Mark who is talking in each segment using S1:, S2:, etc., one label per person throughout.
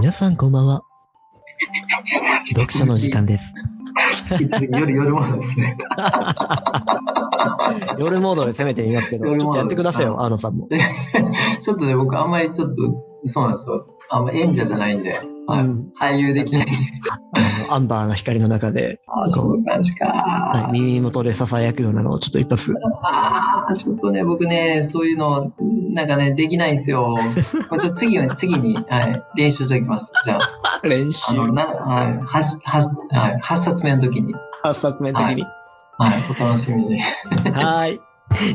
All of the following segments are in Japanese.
S1: 皆さんこんばんは。読書の時間です。
S2: 引き続き夜夜もですね。
S1: 夜モードで攻めてみますけど、
S2: 夜
S1: ちょっ
S2: モード
S1: とやってくださいよ、アーノさんも。
S2: ちょっとね、僕あんまりちょっと、そうなんですよ。あんま演者じゃないんで、はい
S1: うん
S2: 俳優できない。
S1: あのアンバーな光の中で、
S2: ああ、そういう感じか。
S1: はい、耳元で囁くようなのをちょっと一発。
S2: ああ、ちょっとね、僕ね、そういうの、なんかね、できないんです よ。まあちょっと次は、次に、はい、練習しておきます。じゃあ、
S1: 練習
S2: あの、な、はい、はし、はし、はい、8冊目の時に、
S1: 発冊目的に。
S2: はい、お楽しみに。
S1: はい。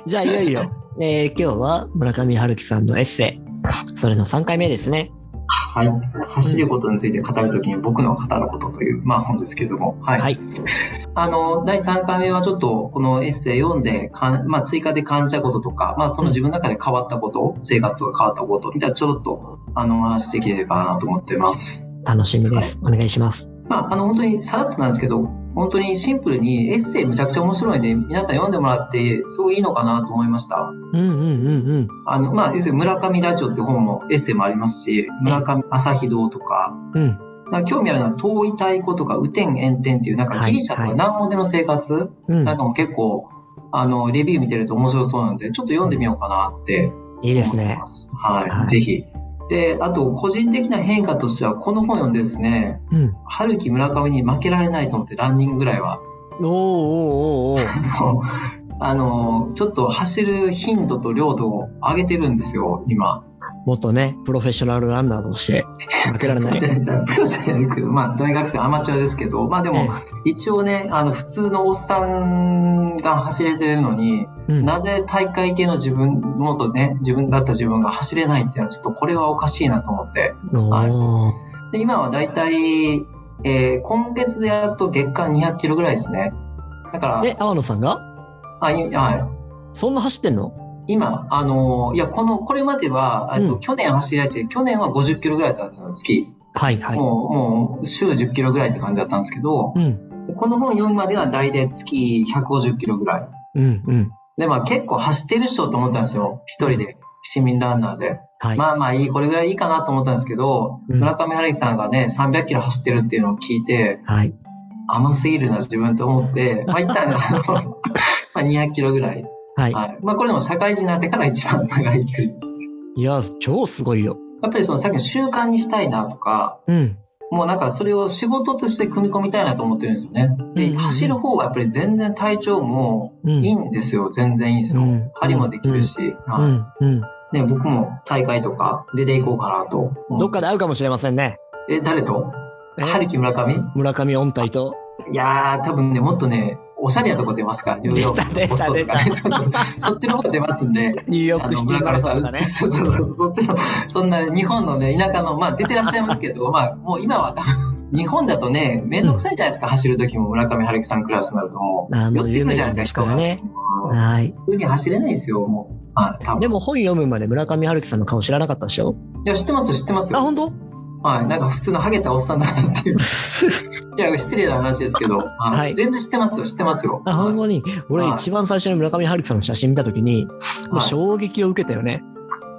S1: じゃあ、いよいよ、えー今日は村上春樹さんのエッセイ、それの3回目ですね。
S2: はい、走ることについて語るときに僕の語ることという、まあ、本ですけれども、はい。
S1: はい。
S2: あの、第3回目はちょっと、このエッセイ読んで、かんまあ、追加で感じたこととか、まあ、その自分の中で変わったこと、生活とか変わったこと、みたいなちょろっと、あの、お話しできればなと思っています。
S1: 楽しみです。お願いします。
S2: まあ、あの本当にさらっとなんですけど、本当にシンプルにエッセイむちゃくちゃ面白いんで、皆さん読んでもらって、すごいいいのかなと思いました。
S1: うんうんうんうん。
S2: あの、まあ、要するに村上ラジオって本もエッセイもありますし、村上朝日堂とか、
S1: うん。
S2: なんか興味あるのは遠い太鼓とか、雨天炎天っていう、なんかギリシャと
S1: はいは
S2: か
S1: い
S2: 南欧での生活、
S1: うん
S2: なん。かも結構、あの、レビュー見てると面白そうなんで、ちょっと読んでみようかなって
S1: いいです
S2: 思って
S1: ね
S2: ま。す。はい、
S1: はい
S2: ぜひ。で、あと、個人的な変化としては、この本読んでですね、
S1: うん。
S2: 春樹村上に負けられないと思って、ランニングぐらいは
S1: おーおーおーおー。
S2: もうあの、ちょっと走る頻度と量度を上げてるんですよ、今。
S1: もっとね、プロフェッショナルランナーとして、負けられない
S2: プ。ロじゃないプロじゃないけど、まあ、大学生アマチュアですけど、まあでも、一応ね、あの、普通のおっさんが走れてるのに、
S1: うん、
S2: なぜ大会系の自分、元ね、自分だった自分が走れないっていうのは、ちょっとこれはおかしいなと思って。
S1: おー
S2: で、今は大体、えー今月でやっと月間200キロぐらいですね。だか
S1: え
S2: ら、、
S1: 天野さんが
S2: あ、いはい。
S1: そんな走ってんの
S2: 今、あのーいや、この、これまでは、えっと
S1: うん
S2: 去年走り合って、去年は50キロぐらいだったんですよ、月。
S1: はいはい。
S2: もう、もう、週10キロぐらいって感じだったんですけど、
S1: うん。
S2: この本読むまでは大体月150キロぐらい。
S1: うんうん。
S2: で、まあ結構走ってる人と思ったんですよ、一人で。市民ランナーで。
S1: はい。
S2: まあまあいい、これぐらいいいかなと思ったんですけど、
S1: うん
S2: 村上春樹さんがね、300キロ走ってるっていうのを聞いて、
S1: はい。
S2: 甘すぎるな、自分と思って、まあ一旦、あの まあ200キロぐらい。
S1: はい。
S2: はい。まあこれでも社会人になってから一番長い距離です。
S1: いや、超すごいよ。
S2: やっぱりそのさっきの習慣にしたいなとか、
S1: うん。
S2: もうなんかそれを仕事として組み込みたいなと思ってるんですよね。で、
S1: うんうんうん
S2: 走る方がやっぱり全然体調も
S1: う
S2: いい
S1: ん。
S2: んですよ。全然いいんですよ。
S1: うん
S2: 針もできるし、
S1: う
S2: はい
S1: ん。うん。
S2: ね、僕も大会とか出ていこうかなと。
S1: どっかで会うかもしれませんね。
S2: え、誰と
S1: え
S2: 春樹村上
S1: 村上音体と。
S2: いやー、多分ね、もっとね、おしゃれなとこ出ますから、ニューヨーク
S1: 出た
S2: のポストとかね、
S1: 出
S2: そうそう そっちの方出ますんで、
S1: ニューヨー
S2: あ
S1: ク
S2: の
S1: シティ
S2: 村
S1: マラ
S2: 上
S1: ソ
S2: さ
S1: ン
S2: ん、
S1: とかね。
S2: そうそうそう、そっちの、そんな日本のね、田舎の、まあ出てらっしゃいますけど、 まあもう今は、日本だとね、めんどくさいじゃないですか、走る時も村上春樹さんクラスになるともう、
S1: あーも
S2: 寄っ
S1: う
S2: て
S1: 有
S2: くる
S1: 名
S2: じゃな
S1: 人
S2: い
S1: で
S2: です
S1: す
S2: か、
S1: から
S2: 人が。
S1: ね。
S2: うん
S1: はい。
S2: 普通に走れないですよ、もう。はい、多分。
S1: で
S2: い
S1: も本読むまで村上春樹さんの顔知らなかったでしょ
S2: や、知ってますよ、知ってます
S1: あ、
S2: よ。
S1: 本当？
S2: はい、なんか普通のハゲたおっさんだな っていう。いや、失礼な話ですけど、はい
S1: はい
S2: 全然知ってますよ、知ってますよ。
S1: あ、本
S2: はい
S1: 当に。俺
S2: はい
S1: 一番最初に村上春樹さんの写真見たときに、もう
S2: はい
S1: 衝撃を受けたよね。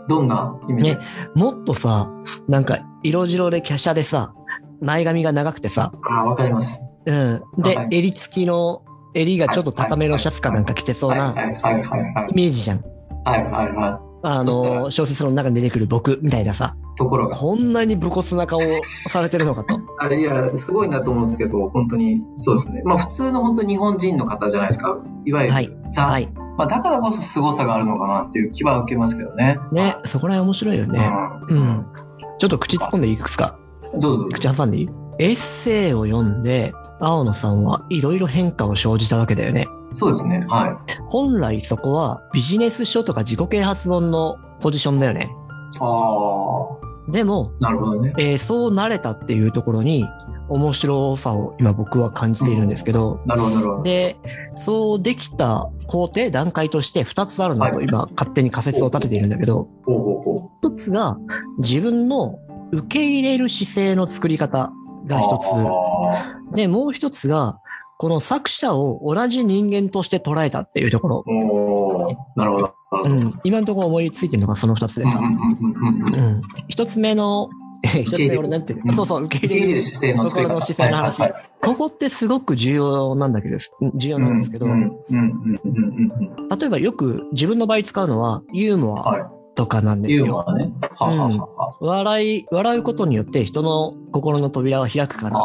S2: どんな意味で、
S1: もっとさ、なんか色白で華奢でさ、前髪が長くてさ、
S2: ああ、わかります。
S1: うん。で
S2: は、い
S1: 襟付きの、襟がちょっと高めのシャツかなんか着てそう
S2: はい
S1: な
S2: はいはいはいはい
S1: イ。メージじゃん。
S2: はいはいは
S1: あ
S2: そした
S1: の、小説の中に出てくる僕みたいなさ、
S2: い。ところが。
S1: こんなに武骨な顔をされてるのかと。
S2: あれいや、すごいなと思うんですけど、本当に、そうですね。まあ、普通の本当に日本人の方じゃないですか。いわゆる、
S1: はい
S2: ザ、
S1: はい。
S2: まあ、だからこそ凄さがあるのかなっていう気は受けますけどね。
S1: ね、そこら辺面白いよね。
S2: う
S1: うんん。ちょっと口突っ込んでいくつか。
S2: どうぞどうぞ。
S1: 口挟んでいいエッセイを読んで、青野さんはいろいろ変化を生じたわけだよね。
S2: そうですね。はい。
S1: 本来そこはビジネス書とか自己啓発本のポジションだよね。
S2: ああ、
S1: でも、
S2: なるほどね。
S1: えーそうなれたっていうところに面白さを今僕は感じているんですけど、
S2: なるほど、なるほど。
S1: で、そうできた工程、段階として2つあるんだと
S2: はい
S1: 今勝手に仮説を立てているんだけど、
S2: ほうほうほ
S1: 1つが自分の受け入れる姿勢の作り方
S2: う。
S1: が1つ。
S2: あー
S1: で、もう一つが、この作者を同じ人間として捉えたっていうところ。
S2: おーなるほど。なるほ
S1: う
S2: ど。
S1: ん、今のところ思いついてるのがその二つで
S2: うん
S1: さ。
S2: うんうんうんうんうん
S1: うん、一つ目の一つ目俺なんて
S2: う、ん
S1: そうそう、受け
S2: 受け
S1: 入れ
S2: 入れ
S1: る
S2: る。姿勢の作り
S1: 心の
S2: 方。
S1: 姿勢の話
S2: はいはいはい
S1: ここってすごく重要なんだけど、重要
S2: うん
S1: な
S2: うんん
S1: ですけど、
S2: うんうんうんうんうん
S1: 例えばよく自分の場合使うのは、ユーモア
S2: は
S1: とかなん
S2: い。
S1: ですよ。
S2: ユーモアね。はあはあは
S1: 笑い、笑うことによって人の心の扉は開くから、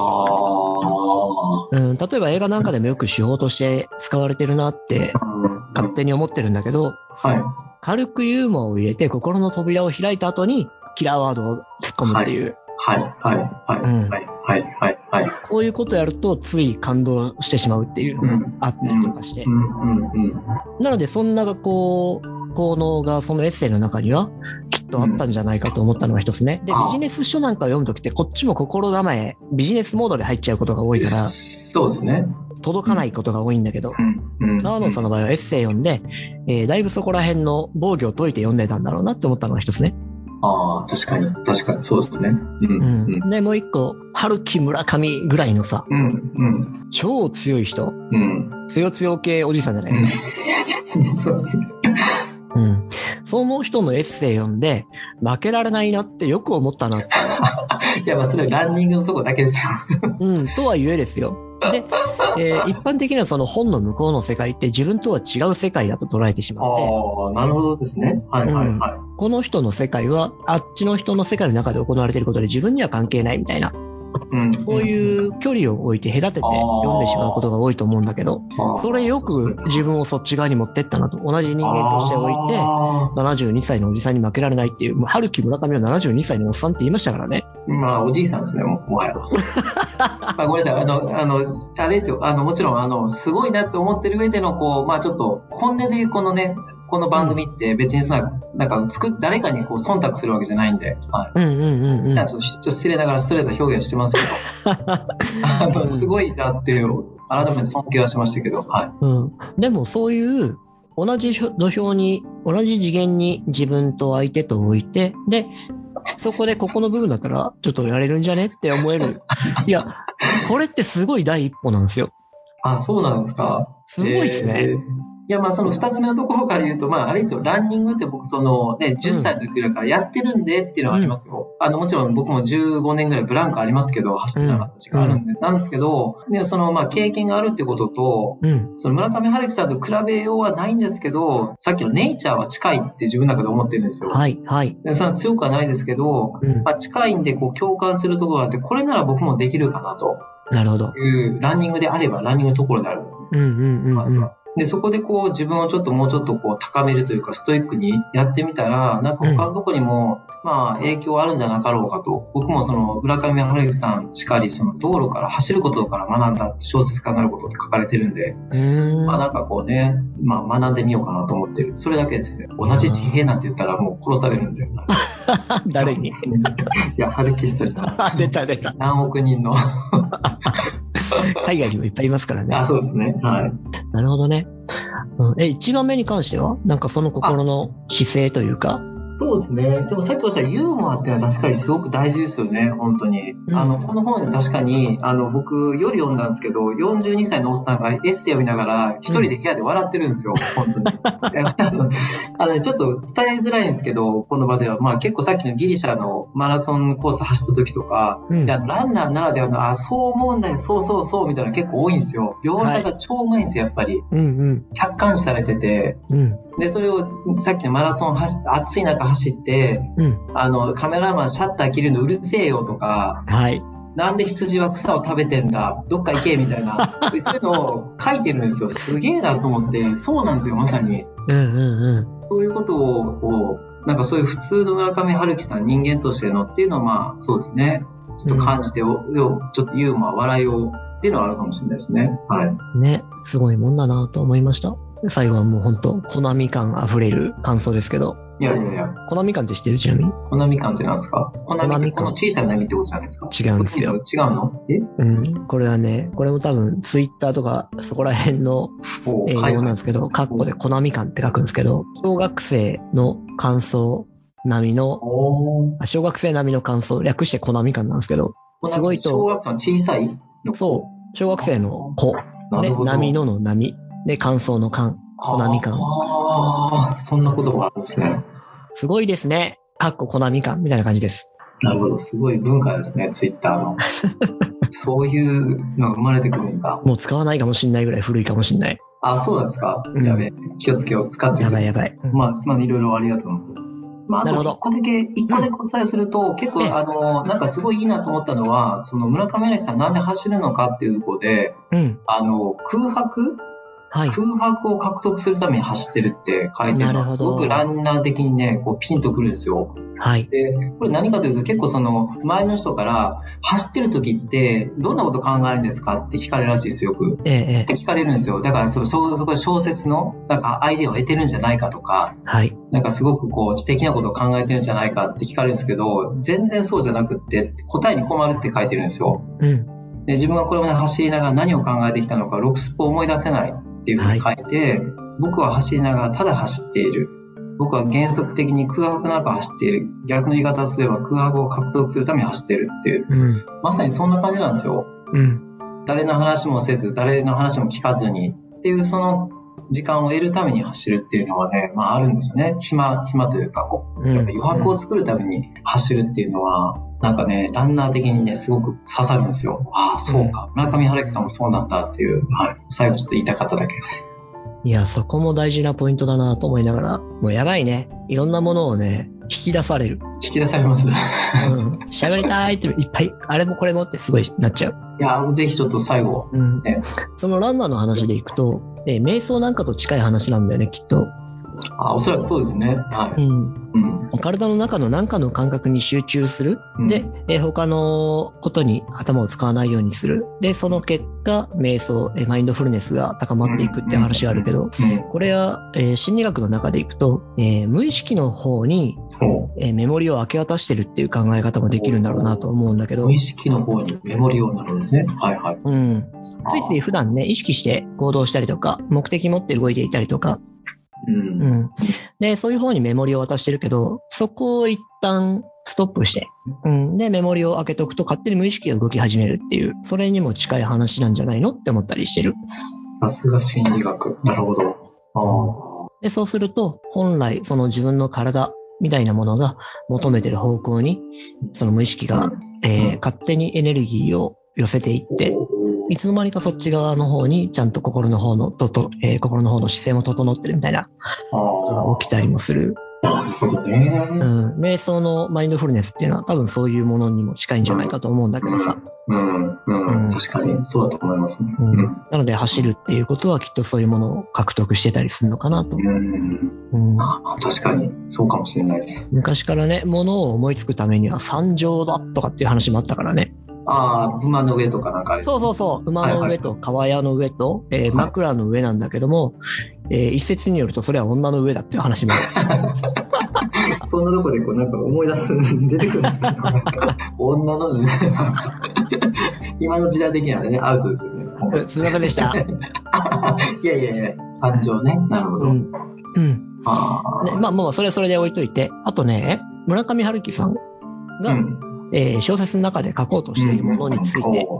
S2: あ。あ
S1: うん、例えば映画なんかでもよく手法として使われてるなって
S2: あ。うんうん
S1: 勝手に思ってるんだけど、
S2: はい。
S1: 軽くユーモアを入れて心の扉を開いた後にキラーワードを突っ込むっていう、
S2: はい、はい、はい、はい、はい、はい、はい。
S1: こういうことやるとつい感動してしまうっていうのがあったりとかして
S2: う、ん、うん、うん。
S1: なのでそんな学校効能がそのエッセイの中にはきっとあったんじゃないかと思ったのが一つね。で、
S2: ああ
S1: ビジネス書なんかを読むときってこっちも心構え、ビジネスモードで入っちゃうことが多いから、
S2: そうですね。
S1: 届かないことが多いんだけど、
S2: うん、うん。
S1: 長野さんの場合はエッセイ読んで、えーだいぶそこら辺の防御を解いて読んでたんだろうなって思ったのが一つね。
S2: ああ、確かに、確かに、そうですね。うん、
S1: う
S2: うん
S1: ん。、で、もう一個、春木村上ぐらいのさ、
S2: うん、うん、
S1: 超強い人、
S2: うん。
S1: 強強系おじさんじゃないですか。
S2: そうですね。
S1: うん。その人のエッセイ読んで、負けられないなってよく思ったな。
S2: いや、まあ、それはランニングのとこだけですよ。
S1: うん。とはゆえですよ。で、えー一般的にはその本の向こうの世界って自分とは違う世界だと捉えてしまって、
S2: ああ、なるほどですね。はい、はい、は
S1: この人の世界はあっちの人の世界の中で行われていることで自分には関係ないみたいな。
S2: い。うん。
S1: そういう距離を置いて隔てて読んでしまうことが多いと思うんだけど、それよく自分をそっち側に持ってったなと、同じ人間として置いて、
S2: い
S1: 72歳のおじさんに負けられないっていう、もう春木村上は72歳のおっさんって言いましたからね。
S2: て。まあ、おじいさんですね、も もはや。あごめんなさい、あの、あの、あれですよ、あの、もちろん、あの、すごいなって思ってる上での、こう、まあちょっと、本音で言うこのね、この番組って別にそんな、なんか、作っ、誰かにこう、忖度するわけじゃないんで、は
S1: う
S2: い。
S1: んうんうんうん。
S2: なんかちょっとしちょっと失礼ながらストレート表現してます けど、あの、すごいなっていう、改めて尊敬はしましたけど、はい。
S1: うん、でもそういう同じ土俵に同じ次元に自分と相手と置いてでそこでここの部分だったらちょっとやれるんじゃねって思え るいやこれってすごい第一歩なんですよ
S2: あ、そうなんですか。
S1: すごいですね、
S2: えーいや、まあ、その二つ目のところから言うと、まあ、あれですよ、ランニングって僕、その、ね、10歳の時ぐらいからやってるんでっていうのはありますよ。あの、もちろん僕も15年ぐらいブランクありますけど、走ってなかった時があるんで、なんですけど、ね、その、まあ、経験があるってことと、
S1: うん
S2: その村上春樹さんと比べようはないんですけど、さっきのネイチャーは近いって自分の中で思ってるんですよ。
S1: はいはい、
S2: でその強くはないですけど、
S1: うん、
S2: まあ、近いんで、こう、共感するところがあって、これなら僕もできるかなと
S1: なるほど
S2: いう、ランニングであれば、ランニングのところであるんですね。
S1: うんうんうんうん
S2: で、そこでこう自分をちょっともうちょっとこう高めるというかストイックにやってみたら、なんか他のとこにも、まあ影響あるんじゃなかろうかと。僕もその村上春樹さんしかり、その道路から走ることから学んだ小説家になることって書かれてるんで、
S1: うーん
S2: まあなんかこうね、まあ学んでみようかなと思ってる。それだけですね。同じ地平なんて言ったらもう殺されるんで。
S1: 誰に
S2: いや、春樹ストリ
S1: あ出た出た
S2: 何億人の。
S1: 海外にもいっぱいいますからね
S2: あ、そうですね。はい。
S1: なるほどね、うん、え1番目に関してはなんかその心の姿勢というか
S2: そうですね。でもさっきおっしゃったユーモアっていうのは確かにすごく大事ですよね、本当に。
S1: うん
S2: あの、この本で確かに、あの、僕、夜読んだんですけど、42歳のおっさんがエッセイ読みながら、一人で部屋で笑ってるんですよ、本当に。いやあの、あのねちょっと伝えづらいんですけど、この場では、まあ結構さっきのギリシャのマラソンコース走った時とか、
S1: うん
S2: いやランナーならではの、あ、そう思うんだよ、そうそうそう、みたいなの結構多いんですよ。描写が超うまいんですよ、やっぱり。
S1: うんうん
S2: 客観視されてて。
S1: うん
S2: で、それをさっきのマラソン走っ暑い中走って、
S1: うん
S2: あの、カメラマンシャッター切るのうるせえよとか、
S1: はい。
S2: なんで羊は草を食べてんだ、どっか行けみたいな、でそういうのを書いてるんですよ。すげえなと思って、そうなんですよ、まさに。
S1: うんうんうん。
S2: そういうことを、こう、なんかそういう普通の村上春樹さん人間としてのっていうのは、まあそうですね。ちょっと感じてお、よちょっとユーモア、笑いを、っていうのはあるかもしれないですね。はい。
S1: ね、すごいもんだなと思いました。最後はもうほんと、コナミ感あふれる感想ですけど、
S2: いやいやいや、
S1: コナミ感って知ってるちなみに
S2: このみかんって何ですかこの
S1: こ
S2: み
S1: の
S2: っ
S1: み
S2: て
S1: か
S2: こ
S1: ん
S2: の小さな波ってことじゃないですか
S1: 違うんですよ。
S2: 違うのえ
S1: うん。これはね、これも多分ツイッターとかそこら辺の
S2: お
S1: 英語
S2: 海外
S1: なんですけど、カッコでコナミ感って書くんですけど、小学生の感想並みの、
S2: おー
S1: あ小学生並みの感想、略してコナミ感なんですけど、すごいと
S2: 小学館小さいの
S1: そう、小学生の子、
S2: な
S1: で
S2: るほど。
S1: 波のの波、で、感想の感、
S2: あー
S1: 粉みかん
S2: ああ、そんなことがあるんですね。
S1: すごいですね、カッココナミ感みたいな感じです。
S2: なるほど。すごい文化ですね、ツイッター の。そういうのが生まれてくるんだ。
S1: もう使わないかもしんないぐらい古いかもしんない。
S2: あ、そうなんですか。
S1: うん
S2: やべえ。気をつけよう。使って
S1: や
S2: て
S1: ばいやばい。
S2: まあ、すまんいろいろありがとうございます。まあ、あ
S1: なる
S2: と
S1: ほど
S2: 一個だけ、一個だけお伝えすると、結
S1: ええ
S2: 構、あの、なんかすごいいいなと思ったのは、その村上柳さんなんで走るのかっていうとこで、
S1: うん。
S2: あの、空白
S1: はい。
S2: 空白を獲得するために走ってるって書いて
S1: なる
S2: ま
S1: ほど
S2: す。すごくランナー的にね、こうピンとくるんですよ。
S1: はい。
S2: で、これ何かというと結構その、周りの人から、走ってる時って、どんなこと考えるんですかって聞かれるらしいですよ、よく。
S1: ええ、ええ
S2: っ。て聞かれるんですよ。だからその、そうそこで小説の、なんかアイデアを得てるんじゃないかとか、
S1: はい。
S2: なんかすごくこう知的なことを考えてるんじゃないかって聞かれるんですけど、全然そうじゃなくって答えに困るって書いてるんですよ。
S1: うん。
S2: で自分がこれまで走りながら何を考えてきたのか、ロクスポを思い出せないっていうふうに書いて、僕は走りながらただ走っている。僕は原則的に空白なく走っている。逆の言い方をすれば空白を獲得するために走っているっていう。
S1: うん。
S2: まさにそんな感じなんですよ。
S1: うん。
S2: 誰の話もせず、誰の話も聞かずにっていうその時間を得るために走るっていうのはね、まああるんですよね。暇、暇というかこう。
S1: うん。
S2: やっぱ余白を作るために走るっていうのは、なんかね、ランナー的にね、すごく刺さるんですよ。ああ、そうか。村上春樹さんもそうなんだっていう、はい。最後ちょっと言いたかっただけです。
S1: いや、そこも大事なポイントだなと思いながら、もうやばいね。いろんなものをね、引き出される。
S2: 引き出され ます。い
S1: うん。喋りたいっていっぱい、あれもこれもってすごいなっちゃう。
S2: や、ぜひちょっと最後。
S1: うん
S2: ね。
S1: そのランナーの話でいくと、え瞑想なんかと近い話なんだよね、きっと。
S2: あおそらくそうですね。は
S1: う
S2: い。
S1: ん。
S2: うん。
S1: 体の中の何かの感覚に集中する。
S2: うん
S1: で、え他のことに頭を使わないようにする。で、その結果、瞑想、えマインドフルネスが高まっていくって話があるけど、
S2: うん。
S1: これは、えー心理学の中でいくと、えー無意識の方に
S2: お
S1: えーメモリを明け渡してるっていう考え方もできるんだろうなと思うんだけど
S2: 無、意識の方にメモリをなるんですね。はいはい。
S1: うん、ついつい普段ね意識して行動したりとか目的持って動いていたりとか、
S2: うん。
S1: うん、でそういう方にメモリを渡してるけどそこを一旦ストップして、うん、でメモリを開けとくと勝手に無意識が動き始めるっていうそれにも近い話なんじゃないのって思ったりしてる
S2: さすが心理学。なるほど。ああ。
S1: でそうすると本来その自分の体みたいなものが求めてる方向にその無意識が、えー勝手にエネルギーを寄せていっていつの間にかそっち側の方にちゃんと心の方のとと、えー心の方の姿勢も整ってるみたいな
S2: あ
S1: こと
S2: あ
S1: が起きたりもする、
S2: なるほどね。
S1: うん、瞑想のマインドフルネスっていうのは多分そういうものにも近いんじゃないかと思うんだけどさ、
S2: うん、うん、
S1: うん
S2: 確かに、そうだと思いますね。
S1: うん
S2: うん
S1: なので走るっていうことはきっとそういうものを獲得してたりするのかなと、
S2: うん、
S1: うん、
S2: あ確かに、そうかもしれないです。
S1: 昔からねものを思いつくためには三乗だとかっていう話もあったからね
S2: ああ、馬の上とかなんかあれ。
S1: そうそうそう馬の上と川屋の上と、えー枕の上なんだけども、えー一説によるとそれは女の上だっていう 話もある
S2: そんなとこで、こう、なんか思い出す、出てくるんですけど、なんか女の上、今の時代的にはね、アウトですよね。
S1: うんすいませんでした、
S2: いやいやいや、感情ね。なるほど。
S1: うんうん、
S2: ああ、
S1: ね、まあもうそれはそれで置いといて、あとね、村上春樹さんが、
S2: うん
S1: えー小説の中で書こうとしているものについて、
S2: うん
S1: だけど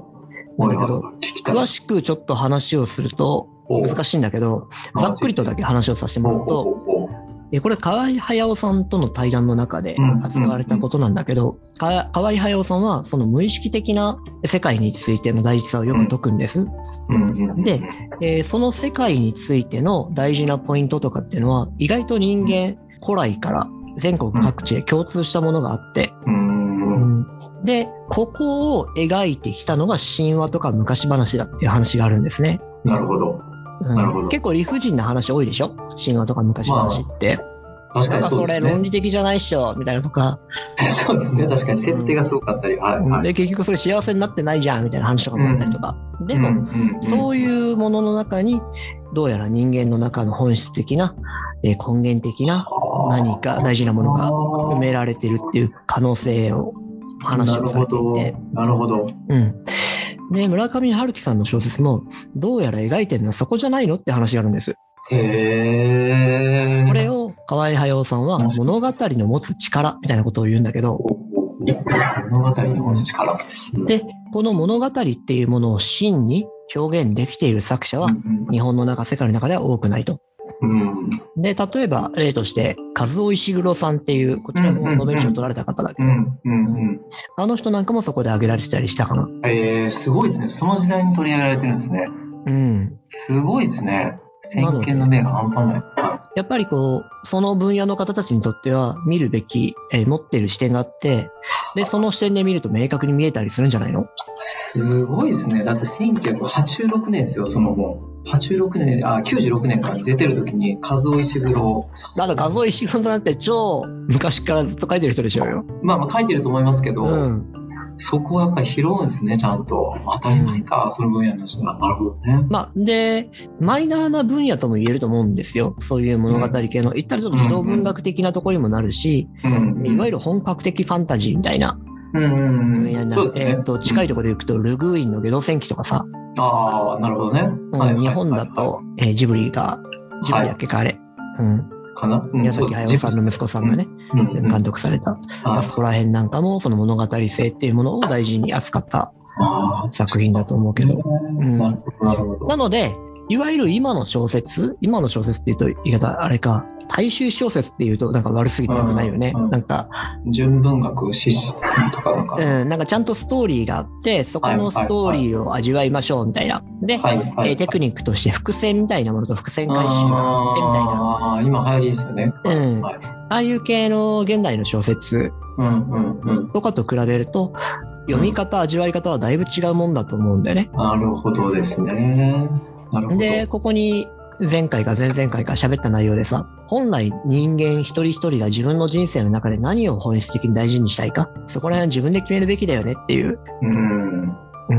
S2: おいおいおい聞きたい
S1: 詳しくちょっと話をすると
S2: おう
S1: 難しいんだけど、ざっくりとだけ話をさせても
S2: ほ
S1: ら
S2: う
S1: う
S2: ほ
S1: と、
S2: うほうほ
S1: えーこれ河合駿さんとの対談の中で
S2: うん
S1: 扱われたことなんだけど、か河合駿さんはその無意識的な世界についての大事さをよく解くんです。
S2: ううんうんうん
S1: でえーその世界についての大事なポイントとかっていうのは意外と人間古来から全国各地で共通したものがあって、
S2: うーん、
S1: でここを描いてきたのが神話とか昔話だっていう話があるんですね。
S2: なるほど。
S1: うん
S2: なるほど
S1: 結構理不尽な話多いでしょ神話とか昔話って。
S2: 確か
S1: なん
S2: に
S1: か
S2: そ
S1: そ
S2: うです
S1: れ
S2: ね
S1: 論。理的じゃないっしょみたいなとか、
S2: そうですね、確かに設定がすごかったり、はい、はい。
S1: で結局それ幸せになってないじゃんみたいな話とかもあったりとか。でも、そう
S2: う
S1: いうものの中にどうやら人間の中の本質的な、えー根源的な何か大事なものが埋められてるっていう可能性を話をされていて、
S2: なるほど。なるほど。
S1: うん、で村上春樹さんの小説もどうやら描いてるのはそこじゃないのって話があるんです。
S2: へえ。
S1: これを河合駿さんは物語の持つ力みたいなことを言うんだけど
S2: 物語の持つ力。
S1: でこの物語っていうものを真に表現できている作者は
S2: うんうん
S1: 日本の中世界の中では多くないと。
S2: うん。
S1: で、例えば例として、カズオ石黒さんっていう、こちらもノーベル賞取られた方だけ
S2: う
S1: ど、
S2: ん。うん。
S1: あの人なんかもそこで挙げられてたりしたかな。
S2: うん。えー、すごいですね。その時代に取り上げられてるんですね。
S1: うん。
S2: すごいですね。先見の目が半端ない。は
S1: やっぱりこう、その分野の方たちにとっては、見るべき、えー持ってる視点があって、で、その視点で見ると明確に見えたりするんじゃないの
S2: いすごいですね。だって1986年ですよ、その本。86年、あ、96年から出てる時に、和尾石黒さん。
S1: だから画像石黒なんて超昔からずっと書いてる人でしょうよ。
S2: まあまあ書いてると思いますけど、
S1: うん。
S2: そこはやっぱり拾うんですね、ちゃんと。当たり前か、その分野の人が。なるほどね。
S1: まあ、で、マイナーな分野とも言えると思うんですよ。そういう物語系の。言ったらちょっと児童文学的なところにもなるし、
S2: うん。
S1: いわゆる
S2: る。
S1: 本格的ファンタジーみたいな
S2: うんうん
S1: 分
S2: う
S1: 野に
S2: ん。
S1: な
S2: そう
S1: っ
S2: です
S1: て、
S2: ね。
S1: えっと、近いところで行くと、ルグーインのゲド戦記とかさ、
S2: ああ、なるほどね。
S1: うん
S2: はいはいはい
S1: 日本だと、えージブリが、ジブリだっけか、あれ。うん。
S2: かな、うん
S1: 宮
S2: そう
S1: 崎
S2: です
S1: 駿さんの息子さんがね、
S2: うんうん
S1: 監督された。ま
S2: は
S1: あ、
S2: い
S1: そこら辺なんかも、その物語性っていうものを大事に扱った
S2: あー
S1: 作品だと思うけど。ん
S2: なるほど、なるほど。
S1: なので、いわゆる今の小説、今の小説っていうと言い方あれか、大衆小説っていうとなんか悪すぎて良くないよね。
S2: うんうん
S1: なんか、
S2: 純文学、詩とかなんか。
S1: うん、なんかちゃんとストーリーがあって、そこのストーリーを味わいましょうみたいな。で、
S2: はいは
S1: え
S2: い。
S1: ーテクニックとして伏線みたいなものと伏線回収があってみたいな。
S2: ああー、今流行りですよね。
S1: うん。
S2: はい
S1: ああいう系の現代の小説
S2: うんうんうん。
S1: とかと比べると、読み方、味わい方はだいぶ違うもんだと思うんだよね。
S2: なるほどですね。なるほど。
S1: で、ここに前回か前々回か喋った内容でさ、本来人間一人一人が自分の人生の中で何を本質的に大事にしたいか、そこら辺は自分で決めるべきだよねっていう。
S2: うん。う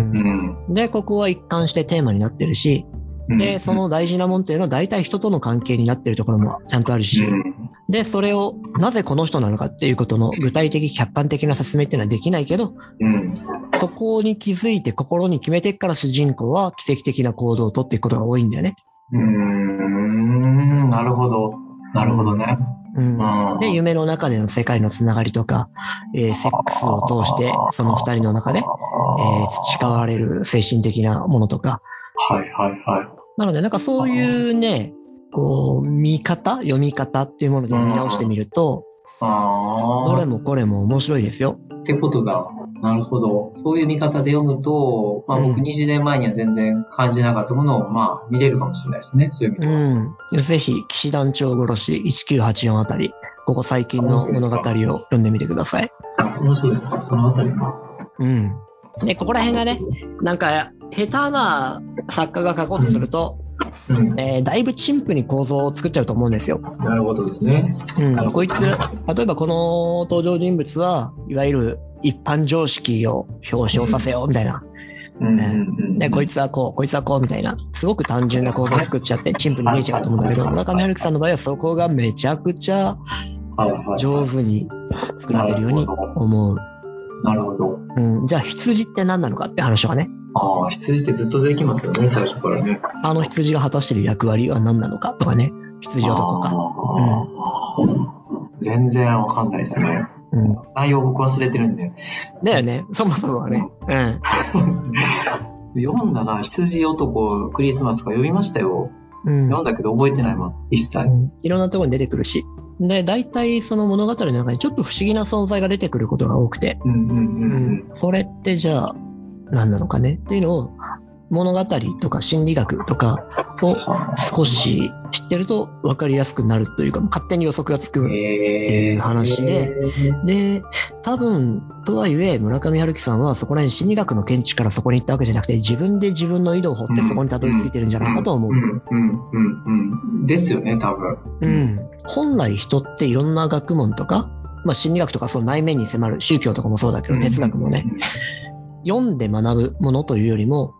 S2: ん。
S1: で、ここは一貫してテーマになってるし、
S2: うん
S1: で、そ、の大事なもんっていうのは大体人との関係になってるところもちゃんとあるし、
S2: うん
S1: で、それをなぜこの人なのかっていうことの具体的客観的な説明っていうのはできないけど、
S2: うん。
S1: そこに気づいて心に決めてから主人公は奇跡的な行動をとっていくことが多いんだよね。
S2: うーん、なるほど。なるほどね。
S1: うん
S2: うん
S1: で、夢の中での世界のつながりとか、えーセックスを通して、その二人の中で、え
S2: あー
S1: ー培われる精神的なものとか。
S2: はいはいは
S1: なので、なんかそういうね、こう、見方読み方っていうもので見直してみると、
S2: い。あ
S1: ど
S2: あ
S1: れ。もこれも面白いですよ。
S2: ってことだ。なるほど。そういう見方で読むと、まあ、
S1: うん
S2: 僕20年前には全然感じなかったものを、まあ、見れるかもしれないですね。そういう意味
S1: う
S2: では。
S1: ん。ぜひ、騎士団長殺し1984あたり、ここ最近の物語を読んでみてください。
S2: 面白いですかそのあたりか。
S1: うん。で、ここら辺がね、なんか、下手な作家が書こうとすると、
S2: うん。
S1: えーだいぶ陳腐に構造を作っちゃうと思うんですよ。
S2: なるほどですね。
S1: うん、こいつら例えばこの登場人物はいわゆる一般常識を表彰させようみたいな、
S2: うんうんうん。
S1: でこい
S2: つ。
S1: つはこうこいつはこうみたいなすごく単純な構造を作っちゃって陳腐に見えちゃうと思うんだけど村上春樹さんの場合はそこがめちゃくちゃ
S2: はいはい。
S1: 上手に作られてるように思う、
S2: なるほど。
S1: うん、じゃあ羊って何なのかって話がね
S2: ああ、羊ってずっとできますよね、最初からね。
S1: あの羊が果たしてる役割は何なのかとかね羊はどこか、
S2: あー全然わかんないですね。
S1: うん、
S2: 内容僕忘れてるんで。
S1: だよねそもそもはねうん
S2: 読んだな、羊男クリスマスとか読みましたよ。
S1: うん
S2: 読んだけど覚えてないもん、一切。
S1: いろんなところに出てくるし。で、大体その物語の中にちょっと不思議な存在が出てくることが多くて、
S2: うんうんうんうん。
S1: それってじゃあ何なのかねっていうのを物語とか心理学とかを少し知ってると分かりやすくなるというか、勝手に予測がつく。
S2: え
S1: いう話でで、多分、とはいえ、村上春樹さんはそこら辺心理学の見地からそこに行ったわけじゃなくて、自分で自分の井戸を掘ってそこにたどり着いてるんじゃないかと思う
S2: う。んうんうんうん。ですよね、多分。
S1: うん、本来人っていろんな学問とか、まあ、心理学とかその内面に迫る宗教とかもそうだけど哲学もね、。読んで学ぶものというよりも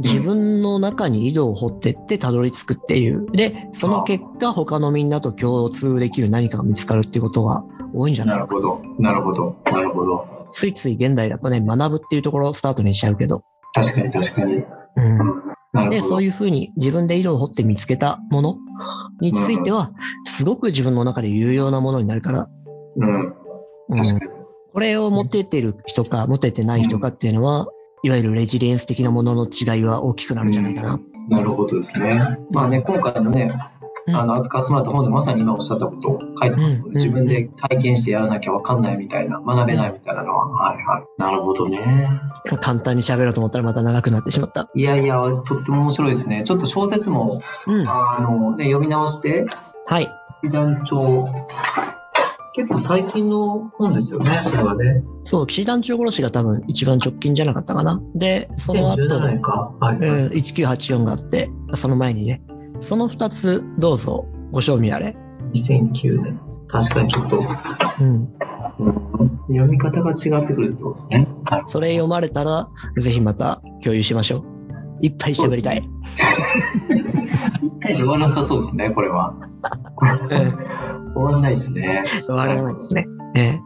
S1: 自分の中に井戸を掘ってってたどり着くっていうでその結果他のみんなと共通できる何かが見つかるっていうことが多いんじゃ
S2: な
S1: ない
S2: るほど、なるほど、なるほど。
S1: ついつい現代だとね学ぶっていうところをスタートにしちゃうけど、
S2: 確かに確かに。
S1: うん
S2: なる
S1: で
S2: ほ
S1: そ
S2: ど
S1: う。いうふうに自分で井戸を掘って見つけたものについてはすごく自分の中で有用なものになるから。
S2: うん、
S1: うん
S2: 確かに。
S1: これを持ってってる人か、持ってってない人かっていうのは、いわゆるレジリエンス的なものの違いは大きくなるんじゃないかな。
S2: なるほどですね。まあね、今回のね、
S1: うん
S2: あの、扱わせてもらった本でまさに今おっしゃったことを書いてますの
S1: う
S2: で、
S1: ん
S2: 自分で体験してやらなきゃわかんないみたいな、学べないみたいなのは、はいはい。なるほどね。
S1: 簡単に喋ろうと思ったらまた長くなってしまった。
S2: いやいや、とっても面白いですね。ちょっと小説も、
S1: うん。は
S2: あの、ね、読み直して、
S1: い。
S2: 被弾帳。結構最近の本ですよね、それはね。
S1: そう、騎士団長殺しが多分一番直近じゃなかったかな。で、その後、
S2: 2017年か。はい。
S1: うん、1984があって、その前にね、その2つどうぞご賞味あれ。
S2: 2009年。確かにちょっと、
S1: うん。
S2: うん読み方が違ってくるってことですね。はい。
S1: それ読まれたら、ぜひまた共有しましょう。いっぱい喋りたい。
S2: 一回で終わらなさそうですね、これは。
S1: うん
S2: 終わんないですね。
S1: 終わらないですね。ね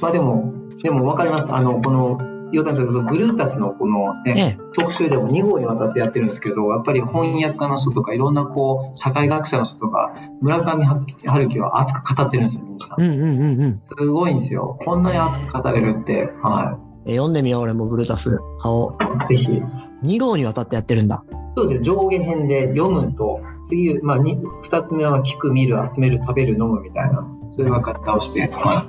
S2: まあでも、でも分かります。あの、この、ヨタンちゃんとグルータスのこの、ね、
S1: ね
S2: 特集でも2号にわたってやってるんですけど、やっぱり翻訳家の人とか、いろんなこう、社会学者の人とか、村上春樹は熱く語ってるんですよ、皆さん。
S1: うんうんうんうん。
S2: すごいんですよ。こんなに熱く語れるって。は
S1: え読んでみよう、俺もブルータス。顔。
S2: い。ぜひ。
S1: 2号にわたってやってるんだ。
S2: そうですね、上下編で読むと、次、まあ、に二つ目は聞く、見る、集める、食べる、飲むみたいな、そういう分かり方をして、は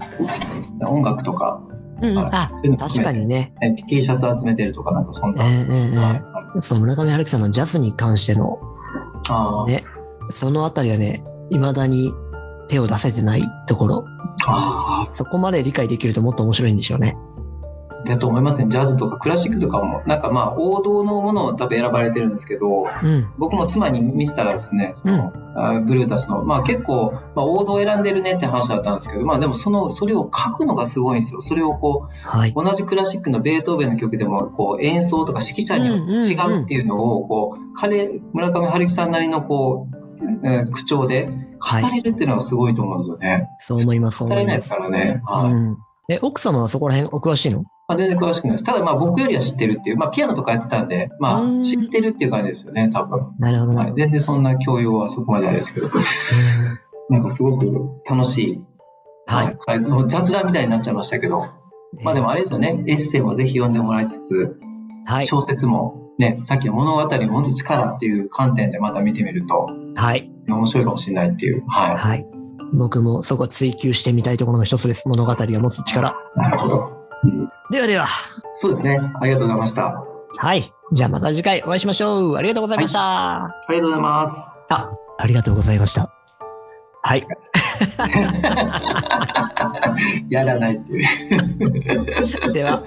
S2: い音楽とか、
S1: うん
S2: うん
S1: あ、確かにね。
S2: ね T シャツ集めてるとか、なんかそん
S1: ええ
S2: な。
S1: え
S2: はい
S1: えそう、村上春樹さんのジャズに関しての、
S2: あー
S1: ね、そのあたりはね、未だに手を出せてないところ。
S2: あ
S1: そこまで理解できるともっと面白いんでしょうね。
S2: ー、だと思いますね。ジャズとかクラシックとかも、なんかまあ、王道のものを多分選ばれてるんですけど、
S1: うん。
S2: 僕も妻に見せたらですね、その、あーブルータスの、まあ結構、まあ、王道を選んでるねって話だったんですけど、まあでもその、それを書くのがすごいんですよ。それをこう、
S1: はい。
S2: 同じクラシックのベートーベンの曲でもこう演奏とか指揮者によって違うっていうのをこう彼村上春樹さんなりのこう、えー口調で
S1: はい
S2: 語れるっていうのがすごいと思うんですよね。
S1: そう思います、そう思
S2: 語れ
S1: い
S2: な
S1: ま。
S2: いですすからね。はい
S1: うん。え、奥様はそこら辺お詳しいの
S2: まあ、全然詳しくないです。ただまあ僕よりは知ってるっていう、まあピアノとかやってたんで、ま
S1: うん
S2: あ知ってるっていう感じですよね、多分。
S1: なるほどな
S2: はい、全然そんな教養はそこまであれですけど、
S1: うん
S2: なんかすごく楽しい。
S1: はい。
S2: はい。もう雑談みたいになっちゃいましたけど、まあでもあれですよね、エッセイもぜひ読んでもらいつつ、
S1: はい。
S2: 小説も、ね、さっきの物語を持つ力っていう観点でまた見てみると
S1: はい。
S2: 面白いかもしれないっていう。は
S1: はい。僕もそこ追求してみたいところの一つです。物語を持つ力。
S2: い。なるほど。
S1: ではでは。
S2: そうですね。ありがとうございました。あ
S1: はい。じゃあまた次回お会いしましょう。ありがとうございました。
S2: りがとうございます。
S1: あ、ありがとうございました。 はい。
S2: やらないっていう。
S1: では。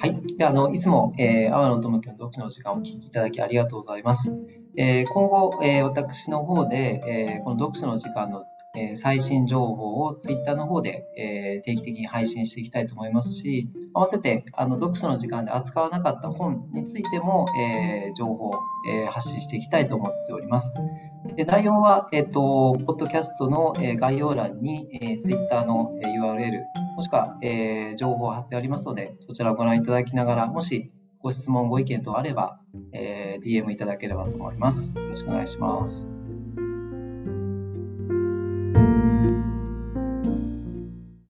S2: はい。で、あの、いつも、えー、阿波野智樹の読書の時間をお聞きいただきありがとうございます。えー今後、えー私の方で、えーこの読書の時間の、えー最新情報をツイッターの方で、えー定期的に配信していきたいと思いますし、合わせて、あの、読書の時間で扱わなかった本についても、えー情報を、えー発信していきたいと思っております。で内容は、えっと、ポッドキャストの、えー概要欄に、えー、Twitter の、えー URL、もしくは、えー情報を貼ってありますので、そちらをご覧いただきながら、もしご質問、ご意見等あれば、えー DM いただければと思います。よろしくお願いします。